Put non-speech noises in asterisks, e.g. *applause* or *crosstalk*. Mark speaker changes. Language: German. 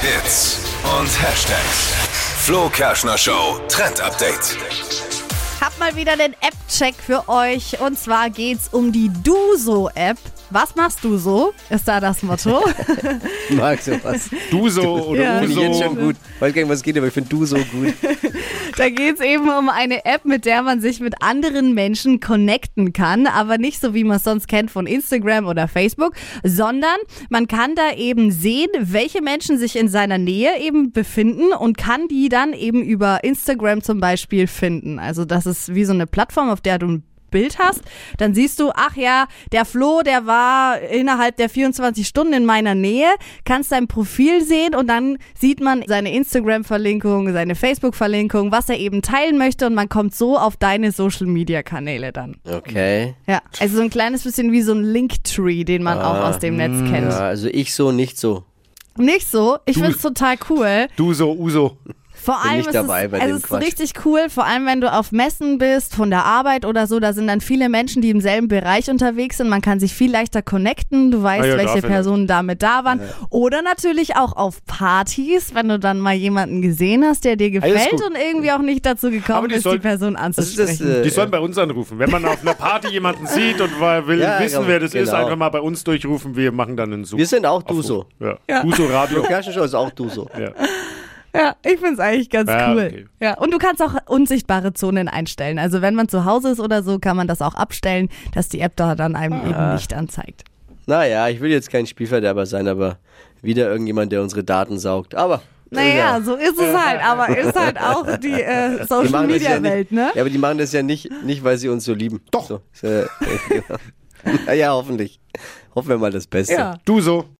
Speaker 1: Hits und Hashtags. Flo Kerschner Show Trend Update.
Speaker 2: Hab mal wieder den App-Check für euch. Und zwar geht's um die Duso-App. Was machst du so? Ist da das Motto.
Speaker 3: mag sowas.
Speaker 4: Du so oder
Speaker 2: Ja.
Speaker 3: Finde ich jetzt schon
Speaker 4: Uso.
Speaker 3: gut. Weiß gar nicht, was geht, aber ich finde du so gut.
Speaker 2: da geht's eben um eine App, mit der man sich mit anderen Menschen connecten kann. Aber nicht so, wie man es sonst kennt von Instagram oder Facebook, sondern man kann da eben sehen, welche Menschen sich in seiner Nähe eben befinden und kann die dann eben über Instagram zum Beispiel finden. Also das ist wie so eine Plattform, auf der du ein Bild hast, dann siehst du, ach ja, der Flo, der war innerhalb der 24 Stunden in meiner Nähe, kannst dein Profil sehen und dann sieht man seine Instagram-Verlinkung, seine Facebook-Verlinkung, was er eben teilen möchte und man kommt so auf deine Social-Media-Kanäle dann.
Speaker 3: Okay.
Speaker 2: Ja, also so ein kleines bisschen wie so ein Linktree, den man auch aus dem Netz kennt.
Speaker 3: Ja, also ich so, nicht so.
Speaker 2: Nicht so, ich finde es total cool.
Speaker 4: Du so, Uso.
Speaker 2: Vor allem
Speaker 3: nicht
Speaker 2: ist
Speaker 3: dabei
Speaker 2: es,
Speaker 3: bei
Speaker 2: es
Speaker 3: dem
Speaker 2: ist
Speaker 3: Quatsch.
Speaker 2: richtig cool, vor allem wenn du auf Messen bist, von der Arbeit oder so, da sind dann viele Menschen, die im selben Bereich unterwegs sind. Man kann sich viel leichter connecten, du weißt,
Speaker 4: Ah ja,
Speaker 2: welche
Speaker 4: dafür.
Speaker 2: Personen damit da waren. Oder natürlich auch auf Partys, wenn du dann mal jemanden gesehen hast, der dir
Speaker 4: ist
Speaker 2: gefällt
Speaker 4: gut.
Speaker 2: und irgendwie auch nicht dazu
Speaker 4: Aber
Speaker 2: gekommen
Speaker 4: die
Speaker 2: ist, die
Speaker 4: sollten-
Speaker 2: Person
Speaker 3: Das ist das,
Speaker 2: anzusprechen.
Speaker 3: äh,
Speaker 4: Die sollen bei uns anrufen. Wenn man auf einer Party
Speaker 3: *laughs*
Speaker 4: jemanden sieht und wa- will
Speaker 3: Ja,
Speaker 4: wissen, wer das ist,
Speaker 3: genau.
Speaker 4: einfach mal bei uns durchrufen. Wir machen dann einen Such.
Speaker 3: wir sind auch du
Speaker 4: Aufruf.
Speaker 3: so.
Speaker 4: Ja. Uso
Speaker 3: *laughs*
Speaker 4: Radio.
Speaker 3: Kerschenshow ist auch du so.
Speaker 4: Ja.
Speaker 2: Ja, ich find's eigentlich ganz
Speaker 4: Ja,
Speaker 2: cool.
Speaker 4: okay.
Speaker 2: Ja, und du kannst auch unsichtbare Zonen einstellen. Also wenn man zu Hause ist oder so, kann man das auch abstellen, dass die App da dann einem
Speaker 3: Ah.
Speaker 2: eben nicht anzeigt.
Speaker 3: Naja, ich will jetzt kein Spielverderber sein, aber wieder irgendjemand, der unsere Daten saugt. Aber.
Speaker 2: Naja,
Speaker 3: egal.
Speaker 2: so ist es halt, aber ist halt auch die äh,
Speaker 3: Die
Speaker 2: Social
Speaker 3: machen das
Speaker 2: Media
Speaker 3: ja nicht-
Speaker 2: Welt, ne?
Speaker 3: Ja, aber die machen das ja nicht, nicht weil sie uns so lieben. *laughs* Doch. So, ist, äh, ja, hoffentlich. Hoffen wir mal das Beste.
Speaker 2: Ja.
Speaker 4: Du so.